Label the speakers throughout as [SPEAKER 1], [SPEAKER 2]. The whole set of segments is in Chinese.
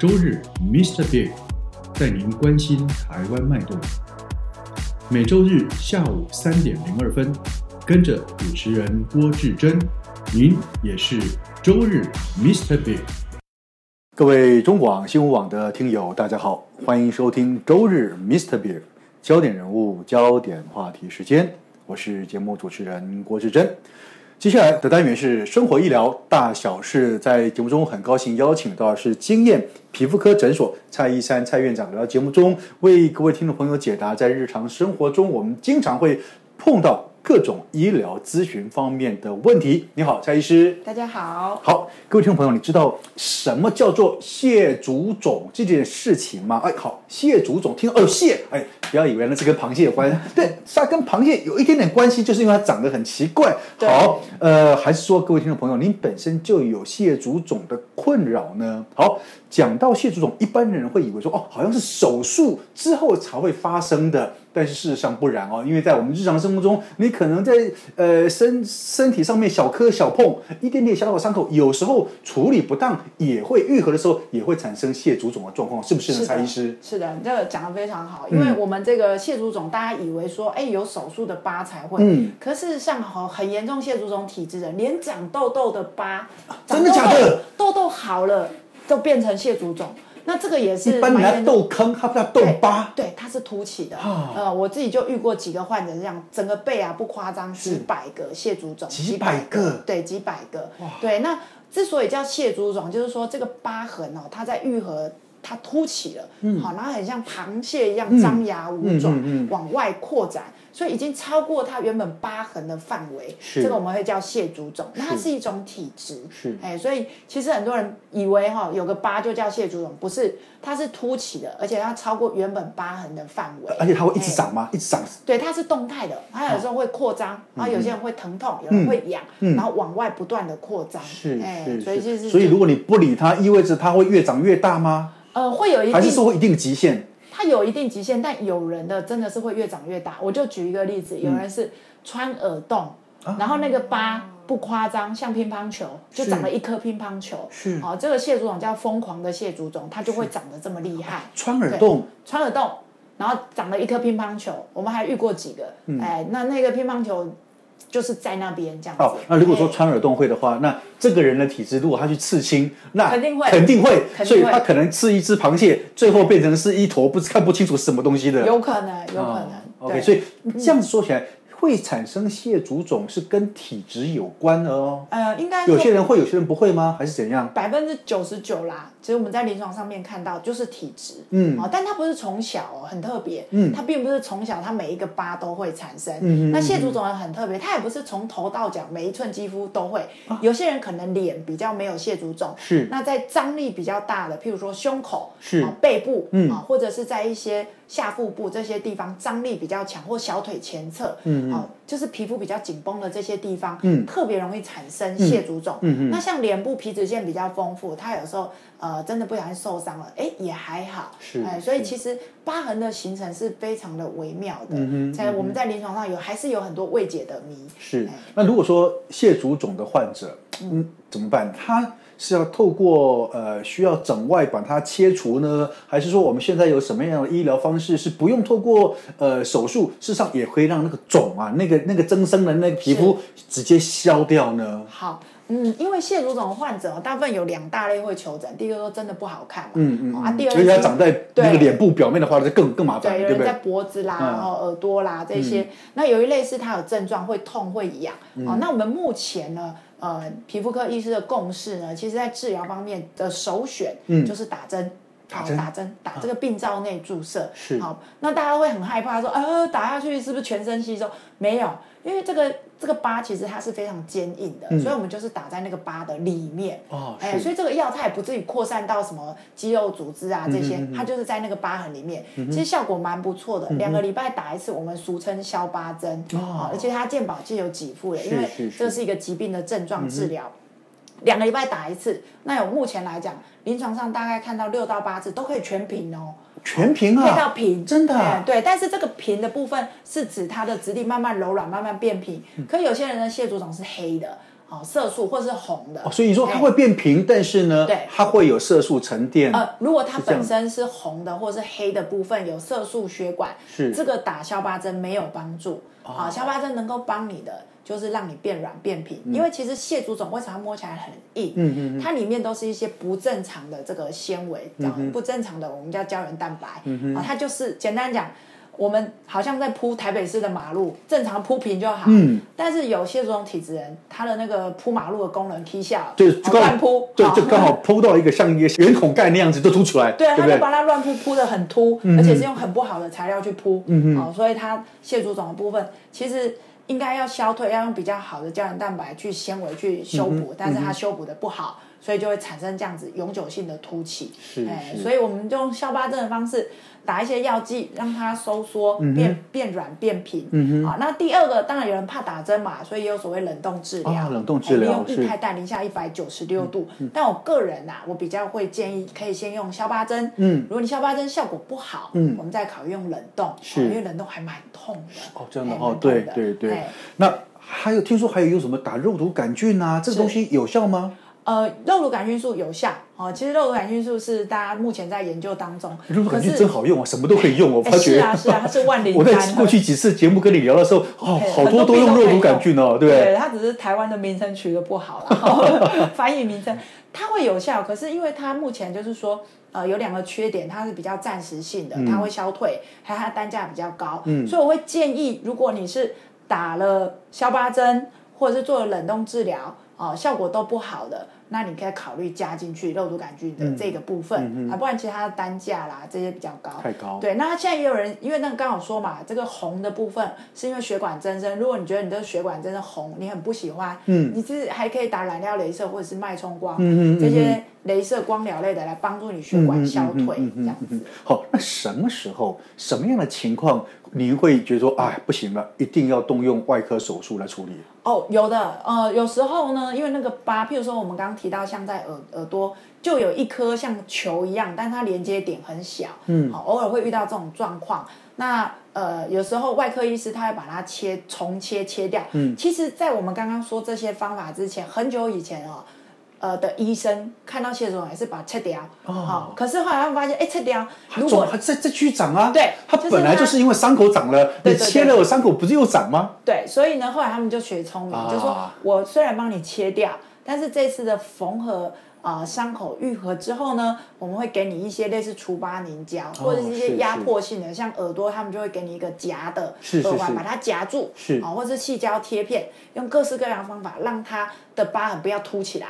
[SPEAKER 1] 周日，Mr. Big 带您关心台湾脉动。每周日下午三点零二分，跟着主持人郭志珍，您也是周日 Mr. Big。
[SPEAKER 2] 各位中广新闻网的听友，大家好，欢迎收听周日 Mr. Big 焦点人物、焦点话题时间，我是节目主持人郭志珍。接下来的单元是生活医疗大小事，在节目中很高兴邀请到的是经验皮肤科诊所蔡一山蔡院长来到节目中，为各位听众朋友解答在日常生活中我们经常会碰到各种医疗咨询方面的问题。你好，蔡医师。
[SPEAKER 3] 大家好，
[SPEAKER 2] 好，各位听众朋友，你知道什么叫做蟹足肿这件事情吗？哎，好，蟹足肿，听到哦蟹，哎，不要以为呢是跟螃蟹有
[SPEAKER 3] 嗯
[SPEAKER 2] 关系，对，它跟螃蟹有一点点关系，就是因为它长得很奇怪。
[SPEAKER 3] 对
[SPEAKER 2] 好，呃，还是说各位听众朋友，您本身就有蟹足肿的困扰呢？好，讲到蟹足肿，一般人会以为说哦，好像是手术之后才会发生的。但是事实上不然哦，因为在我们日常生活中，你可能在呃身身体上面小磕小碰，一点点小小的伤口，有时候处理不当也会愈合的时候也会产生蟹足肿的状况，是不是呢，
[SPEAKER 3] 的
[SPEAKER 2] 蔡医师？
[SPEAKER 3] 是的，你这个讲的非常
[SPEAKER 2] 嗯
[SPEAKER 3] 好，因为我们这个蟹足肿，大家以为说，哎，有手术的疤才会，
[SPEAKER 2] 嗯
[SPEAKER 3] 可事实上吼，很严重蟹足肿体质的人，连长痘痘的疤，
[SPEAKER 2] 真的假的
[SPEAKER 3] 长痘痘？痘痘好了都变成蟹足肿，那这个也
[SPEAKER 2] 一
[SPEAKER 3] 是
[SPEAKER 2] 般
[SPEAKER 3] 蛮
[SPEAKER 2] 人家
[SPEAKER 3] 严重
[SPEAKER 2] 痘坑，它不叫痘疤，
[SPEAKER 3] 对，对它是凸起的。
[SPEAKER 2] 啊
[SPEAKER 3] 呃，我自己就遇过几个患者这样，整个背啊不夸张，几百个蟹足肿，
[SPEAKER 2] 几百个
[SPEAKER 3] 对，几百个，对，那之所以叫蟹足肿，就是说这个疤痕哦，它在愈合。它凸起了，好、然后很像螃蟹一样张牙舞爪，
[SPEAKER 2] 嗯嗯嗯嗯
[SPEAKER 3] 往外扩展，所以已经超过它原本疤痕的范围。
[SPEAKER 2] 是
[SPEAKER 3] 这个我们会叫蟹足肿，那它
[SPEAKER 2] 是
[SPEAKER 3] 是一种体质。
[SPEAKER 2] 是
[SPEAKER 3] 哎，所以其实很多人以为哈、有个疤就叫蟹足肿，不是，它是凸起的，而且它超过原本疤痕的范围，
[SPEAKER 2] 而且它会一直
[SPEAKER 3] 哎
[SPEAKER 2] 长吗？一直长，
[SPEAKER 3] 对，它是动态的，它有时候会扩张，
[SPEAKER 2] 嗯
[SPEAKER 3] 然后有些人会疼痛，有人会痒，然后往外不断的扩张。
[SPEAKER 2] 是
[SPEAKER 3] 哎
[SPEAKER 2] 是，
[SPEAKER 3] 所以就是
[SPEAKER 2] 所以如果你不理它，意味着它会越长越大吗？
[SPEAKER 3] 呃会有一
[SPEAKER 2] 还是说
[SPEAKER 3] 定，
[SPEAKER 2] 会一定极限？
[SPEAKER 3] 它有一定极限，但有人的真的是会越长越大。我就举一个例子，有
[SPEAKER 2] 嗯
[SPEAKER 3] 人是穿耳洞，
[SPEAKER 2] 啊
[SPEAKER 3] 然后那个疤。不夸张，像乒乓球就是长了一颗乒乓球，
[SPEAKER 2] 是
[SPEAKER 3] 哦，这个蟹足肿叫疯狂的蟹足肿，它就会长得这么厉害。
[SPEAKER 2] 穿耳洞，
[SPEAKER 3] 穿耳洞，然后长了一颗乒乓球，我们还遇过几个，
[SPEAKER 2] 嗯
[SPEAKER 3] 哎，那那个乒乓球就是在那边这样子。
[SPEAKER 2] 哦，那如果说
[SPEAKER 3] 哎
[SPEAKER 2] 穿耳洞会的话，那这个人的体质，如果他去刺青，那
[SPEAKER 3] 肯定会
[SPEAKER 2] 肯定会，
[SPEAKER 3] 肯定会
[SPEAKER 2] 所以他可能刺一只螃蟹，最后变成是一坨不知看不清楚是什么东西的。
[SPEAKER 3] 有可能，有可能，
[SPEAKER 2] 哦 OK，
[SPEAKER 3] 对
[SPEAKER 2] 所以这样子说起来，会产生蟹足肿是跟体质有关的哦。
[SPEAKER 3] 呃，应该
[SPEAKER 2] 有些
[SPEAKER 3] 说
[SPEAKER 2] 人会，有些人不会吗？还是怎样？
[SPEAKER 3] 百分之九十九啦，其实我们在临床上面看到就是体质，
[SPEAKER 2] 嗯
[SPEAKER 3] 哦，但它不是从小、哦，很特别，
[SPEAKER 2] 嗯
[SPEAKER 3] 它并不是从小它每一个疤都会产生，
[SPEAKER 2] 嗯嗯嗯
[SPEAKER 3] 那蟹足肿人很特别，它也不是从头到脚每一寸肌肤都会，
[SPEAKER 2] 啊
[SPEAKER 3] 有些人可能脸比较没有蟹足肿，
[SPEAKER 2] 是
[SPEAKER 3] 那在张力比较大的，譬如说胸口
[SPEAKER 2] 是
[SPEAKER 3] 啊背部，
[SPEAKER 2] 嗯
[SPEAKER 3] 啊，或者是在一些下腹部这些地方张力比较强，或小腿前侧，嗯啊，就是皮肤比较紧绷的这些地方，
[SPEAKER 2] 嗯
[SPEAKER 3] 特别容易产生蟹足肿，
[SPEAKER 2] 嗯嗯
[SPEAKER 3] 那像脸部皮脂腺比较丰富，它有时候呃真的不小心受伤了，哎也还好，
[SPEAKER 2] 是
[SPEAKER 3] 哎，所以
[SPEAKER 2] 是
[SPEAKER 3] 其实疤痕的形成是非常的微妙的，
[SPEAKER 2] 嗯哼
[SPEAKER 3] 在我们在临床上有还是有很多未解的谜，
[SPEAKER 2] 是
[SPEAKER 3] 哎。
[SPEAKER 2] 那如果说蟹足肿的患者，嗯，怎么办？他是要透过呃需要整外把它切除呢，还是说我们现在有什么样的医疗方式是不用透过呃手术，事实上也可以让那个肿啊，那个那个增生的那个皮肤直接消掉呢？
[SPEAKER 3] 好，嗯，因为蟹足肿的患者哦，大部分有两大类会求诊，第一个说真的不好看嘛，
[SPEAKER 2] 嗯嗯
[SPEAKER 3] 哦
[SPEAKER 2] 嗯，
[SPEAKER 3] 啊，第二
[SPEAKER 2] 而且它
[SPEAKER 3] 是
[SPEAKER 2] 长在
[SPEAKER 3] 对
[SPEAKER 2] 那个脸部表面的话，就更更麻烦，
[SPEAKER 3] 对，
[SPEAKER 2] 了，
[SPEAKER 3] 有
[SPEAKER 2] 对
[SPEAKER 3] 人
[SPEAKER 2] 不
[SPEAKER 3] 在
[SPEAKER 2] 对？
[SPEAKER 3] 脖子啦，
[SPEAKER 2] 嗯
[SPEAKER 3] 然后耳朵啦这些。那有一类是它有症状，会痛会痒。
[SPEAKER 2] 嗯
[SPEAKER 3] 哦，那我们目前呢，呃，皮肤科医师的共识呢，其实在治疗方面的首选就是打针。
[SPEAKER 2] 嗯打
[SPEAKER 3] 好
[SPEAKER 2] 针啊
[SPEAKER 3] 打针打这个病灶内注射。
[SPEAKER 2] 是
[SPEAKER 3] 好，那大家会很害怕说，呃，打下去是不是全身吸收？没有，因为这个这个疤其实它是非常坚硬的，
[SPEAKER 2] 嗯
[SPEAKER 3] 所以我们就是打在那个疤的里面。
[SPEAKER 2] 哦
[SPEAKER 3] 哎、
[SPEAKER 2] 是
[SPEAKER 3] 所以这个药它也不至于扩散到什么肌肉组织啊这些，
[SPEAKER 2] 嗯哼嗯哼嗯
[SPEAKER 3] 它就是在那个疤痕里面，其实效果蛮不错的。两、个礼拜打一次，我们俗称消疤针，啊
[SPEAKER 2] 哦
[SPEAKER 3] 而且它健保就有给付的，
[SPEAKER 2] 是
[SPEAKER 3] 因为
[SPEAKER 2] 是是嗯
[SPEAKER 3] 这是一个疾病的症状治疗。两个礼拜打一次，那有目前来讲，临床上大概看到六到八次都可以全屏哦，
[SPEAKER 2] 全屏
[SPEAKER 3] 配到
[SPEAKER 2] 啊，
[SPEAKER 3] 平，
[SPEAKER 2] 真的啊
[SPEAKER 3] 哎对。但是这个平的部分是指它的质地慢慢柔软，慢慢变平。
[SPEAKER 2] 嗯
[SPEAKER 3] 可有些人的蟹足肿是黑的，哦，色素或是红的，
[SPEAKER 2] 哦所以你说它
[SPEAKER 3] 哎
[SPEAKER 2] 会变平，但是呢
[SPEAKER 3] 对，
[SPEAKER 2] 它会有色素沉淀，
[SPEAKER 3] 呃，如果它
[SPEAKER 2] 是这样
[SPEAKER 3] 本身是红的或是黑的部分有色素血管，
[SPEAKER 2] 是哦
[SPEAKER 3] 这个打消疤针没有帮助。啊、消疤针能够帮你的就是让你变软变平，因为其实蟹足肿为什么它摸起来很硬？
[SPEAKER 2] 嗯嗯
[SPEAKER 3] 它里面都是一些不正常的这个纤维，啊、
[SPEAKER 2] 嗯
[SPEAKER 3] 不正常的我们叫胶原蛋白。嗯啊，它就是简单讲。我们好像在铺台北市的马路，正常铺平就好。
[SPEAKER 2] 嗯，
[SPEAKER 3] 但是有蟹足肿体质人，他的那个铺马路的功能踢下了，
[SPEAKER 2] 对，就
[SPEAKER 3] 哦
[SPEAKER 2] 刚
[SPEAKER 3] 乱
[SPEAKER 2] 好
[SPEAKER 3] 铺，，
[SPEAKER 2] 对，
[SPEAKER 3] 哦
[SPEAKER 2] 就刚好剖到一个像一个圆孔盖那样子就凸出来，
[SPEAKER 3] 对，
[SPEAKER 2] 不
[SPEAKER 3] 他就
[SPEAKER 2] 对？嗯
[SPEAKER 3] 把它乱铺铺的很凸，而且是用很不好的材料去铺，嗯哦，所以它蟹足肿的部分其实应该要消退，要用比较好的胶原蛋白去纤维去修
[SPEAKER 2] 嗯
[SPEAKER 3] 补，但是它修补的不好，所以就会产生这样子永久性的凸起。
[SPEAKER 2] 是
[SPEAKER 3] 哎，
[SPEAKER 2] 是
[SPEAKER 3] 所以我们就用消疤针的方式打一些药剂，让它收缩、
[SPEAKER 2] 嗯
[SPEAKER 3] 变变软、变平。嗯好，那第二个当然有人怕打针嘛，所以也有所谓冷冻治疗。
[SPEAKER 2] 啊冷冻治疗
[SPEAKER 3] 哎利
[SPEAKER 2] 是
[SPEAKER 3] 用液态氮零下一百九十
[SPEAKER 2] 嗯
[SPEAKER 3] 六度。但我个人呐、啊，我比较会建议可以先用消疤针。
[SPEAKER 2] 嗯
[SPEAKER 3] 如果你消疤针效果不好，
[SPEAKER 2] 嗯
[SPEAKER 3] 我们再考虑用冷冻，
[SPEAKER 2] 是
[SPEAKER 3] 哦因为冷冻还蛮痛的。
[SPEAKER 2] 哦，这样的
[SPEAKER 3] 哎
[SPEAKER 2] 哦
[SPEAKER 3] 蛮，痛
[SPEAKER 2] 对
[SPEAKER 3] 的
[SPEAKER 2] 对对
[SPEAKER 3] 哎。
[SPEAKER 2] 那还有听说还有用什么打肉毒杆菌啊？这个
[SPEAKER 3] 是
[SPEAKER 2] 东西有效吗？
[SPEAKER 3] 呃，肉毒杆菌素有效哦，其实肉毒杆菌素是大家目前在研究当中。
[SPEAKER 2] 肉毒杆菌
[SPEAKER 3] 可是
[SPEAKER 2] 真好用啊，什么都可以用哦，我
[SPEAKER 3] 哎
[SPEAKER 2] 发觉。
[SPEAKER 3] 是啊是啊啊它是万灵 丹
[SPEAKER 2] 我在过去几次节目跟你聊的时候，哦，好多都用肉毒杆菌哦，对不对？
[SPEAKER 3] 它只是台湾的名称取得不 好啦，翻译名称它会有效，可是因为它目前就是说。呃，有两个缺点，它是比较暂时性
[SPEAKER 2] 嗯
[SPEAKER 3] 的，它会消退，还有它单价比较高，所以我会建议，如果你是打了消疤针或者是做了冷冻治疗，哦、效果都不好的，那你可以考虑加进去肉毒杆菌
[SPEAKER 2] 嗯
[SPEAKER 3] 的这个部分，啊，不然其实它的单价啦这些比较高，
[SPEAKER 2] 太高
[SPEAKER 3] 对，那现在也有人，因为那个刚好说嘛，这个红的部分是因为血管增生。如果你觉得你的血管真的红，你很不喜欢，嗯，你是还可以打染料镭射或者是脉冲
[SPEAKER 2] 嗯
[SPEAKER 3] 光，
[SPEAKER 2] 嗯嗯嗯嗯
[SPEAKER 3] 这些镭射光疗类的来帮助你血管消退，这样子。
[SPEAKER 2] 好，那什么时候、什么样的情况，您会觉得说，哎，不行了，一定要动用外科手术来处理？
[SPEAKER 3] 哦，有的，呃，有时候呢，因为那个疤，譬如说我们刚刚提到，像在耳耳朵就有一颗像球一样，但它连接点很小，嗯，好、偶尔会遇到这种状况。那呃，有时候外科医师他会把它切重切切掉。嗯，其实，在我们刚刚说这些方法之前，很久以前哦，呃的医生看到蟹足肿也是把它切掉，
[SPEAKER 2] 哦
[SPEAKER 3] 好可是后来他们发现，哎，切掉，如
[SPEAKER 2] 肿
[SPEAKER 3] 果
[SPEAKER 2] 还在在继续长啊，
[SPEAKER 3] 对
[SPEAKER 2] 它
[SPEAKER 3] 就是
[SPEAKER 2] 本来
[SPEAKER 3] 它
[SPEAKER 2] 就是因为伤口长了，
[SPEAKER 3] 对
[SPEAKER 2] 你
[SPEAKER 3] 对对
[SPEAKER 2] 切了伤口不是又长吗？
[SPEAKER 3] 对，所以呢，后来他们就学聪明，
[SPEAKER 2] 啊
[SPEAKER 3] 就说我虽然帮你切掉，但是这次的缝合啊、呃伤口愈合之后呢，我们会给你一些类似除疤凝胶，或者是一
[SPEAKER 2] 是
[SPEAKER 3] 些
[SPEAKER 2] 是
[SPEAKER 3] 压迫性的，像耳朵他们就会给你一个夹的
[SPEAKER 2] 是是
[SPEAKER 3] 耳环，
[SPEAKER 2] 是
[SPEAKER 3] 把它夹住，
[SPEAKER 2] 是
[SPEAKER 3] 啊、或者是细胶贴片，用各式各样的方法让它的疤痕不要凸起来，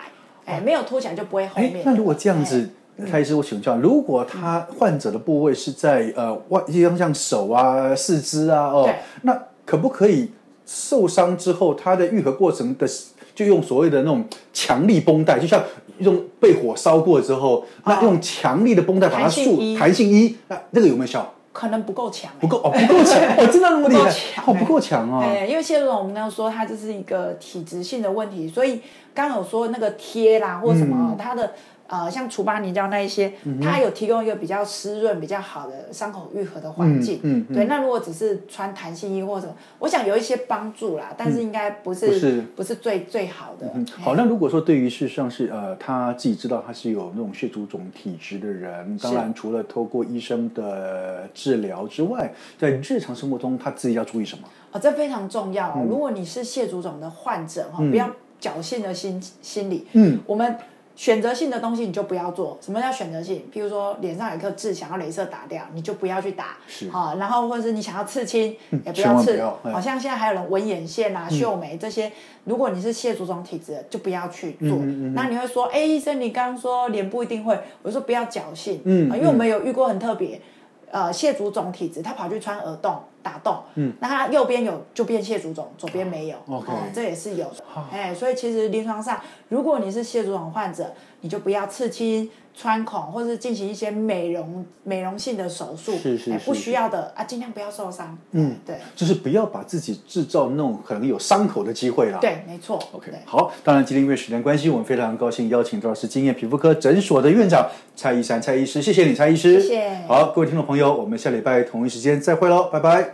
[SPEAKER 3] 哎，没有凸起来就不会后
[SPEAKER 2] 哎
[SPEAKER 3] 面。，哎嗯
[SPEAKER 2] 那如果这样子，蔡医师，我请教，如果他患者的部位是在呃外，像像手啊、四肢啊，哦
[SPEAKER 3] 对，
[SPEAKER 2] 那可不可以受伤之后，他的愈合过程的，就用所谓的那种强力绷带，就像用被火烧过之后，那用强力的绷带把它
[SPEAKER 3] 哦弹性
[SPEAKER 2] 束
[SPEAKER 3] 衣
[SPEAKER 2] 弹性衣，那那个有没有效？
[SPEAKER 3] 可能不够强、哎
[SPEAKER 2] 不够哦，不够 强哦，真的那么厉
[SPEAKER 3] 不够
[SPEAKER 2] 害
[SPEAKER 3] 强
[SPEAKER 2] 哦，
[SPEAKER 3] 哎
[SPEAKER 2] 不够强哦，
[SPEAKER 3] 哎，因为蟹足肿我们那时候说它这是一个体质性的问题，所以刚刚有说那个贴啦或什
[SPEAKER 2] 嗯
[SPEAKER 3] 么，它的呃像除疤凝胶那一些，它有提供一个比较湿润、比较好的伤口愈合的环境。
[SPEAKER 2] 嗯嗯嗯
[SPEAKER 3] 对，那如果只是穿弹性衣或什么，我想有一些帮助啦，但是应该不是、
[SPEAKER 2] 嗯不是
[SPEAKER 3] 不是最最好的。哎
[SPEAKER 2] 嗯，好，那如果说对于事实上是呃他自己知道他是有那种血足肿体质的人，当
[SPEAKER 3] 是
[SPEAKER 2] 然除了透过医生的治疗之外，在日常生活中他自己要注意什么？
[SPEAKER 3] 哦，这非常重要、哦。
[SPEAKER 2] 嗯
[SPEAKER 3] 如果你是蟹足肿的患者哈、不要侥幸的心心理。
[SPEAKER 2] 嗯，
[SPEAKER 3] 我们选择性的东西你就不要做。什么叫选择性？譬如说脸上有一颗痣，想要镭射打掉，你就不要去打。
[SPEAKER 2] 是
[SPEAKER 3] 啊，然后或者是你想要刺青，也不
[SPEAKER 2] 千
[SPEAKER 3] 要
[SPEAKER 2] 万不
[SPEAKER 3] 刺。
[SPEAKER 2] 要哎
[SPEAKER 3] 好像现在还有人纹眼线
[SPEAKER 2] 嗯
[SPEAKER 3] 啊、秀眉这些，如果你是蟹足肿体质的，就不要去
[SPEAKER 2] 嗯
[SPEAKER 3] 做。那你会说，哎，医生，你刚刚说脸部一定会，我说不要侥幸，
[SPEAKER 2] 嗯
[SPEAKER 3] 啊因为我们有遇过很特别。呃，蟹足肿体质，他跑去穿耳洞打洞，嗯，那他右边有就变蟹足肿，左边没有
[SPEAKER 2] OK
[SPEAKER 3] 哦，这也是有的，哎、所以其实临床上，如果你是蟹足肿患者，你就不要刺青、穿孔，或是进行一些美容美容性的手术，
[SPEAKER 2] 是是
[SPEAKER 3] 哎
[SPEAKER 2] 是
[SPEAKER 3] 不
[SPEAKER 2] 是
[SPEAKER 3] 需要的啊，尽量不要受伤，嗯，对
[SPEAKER 2] 就是不要把自己制造那种可能有伤口的机会啦。
[SPEAKER 3] 对，没错
[SPEAKER 2] OK，
[SPEAKER 3] 对
[SPEAKER 2] 好，当然今天因为时间关系，我们非常高兴邀请到的是经验皮肤科诊所的院长蔡依珊蔡医师，谢谢你蔡医师，
[SPEAKER 3] 谢谢
[SPEAKER 2] 好，各位听众朋友，我们下礼拜同一时间再会喽，拜拜。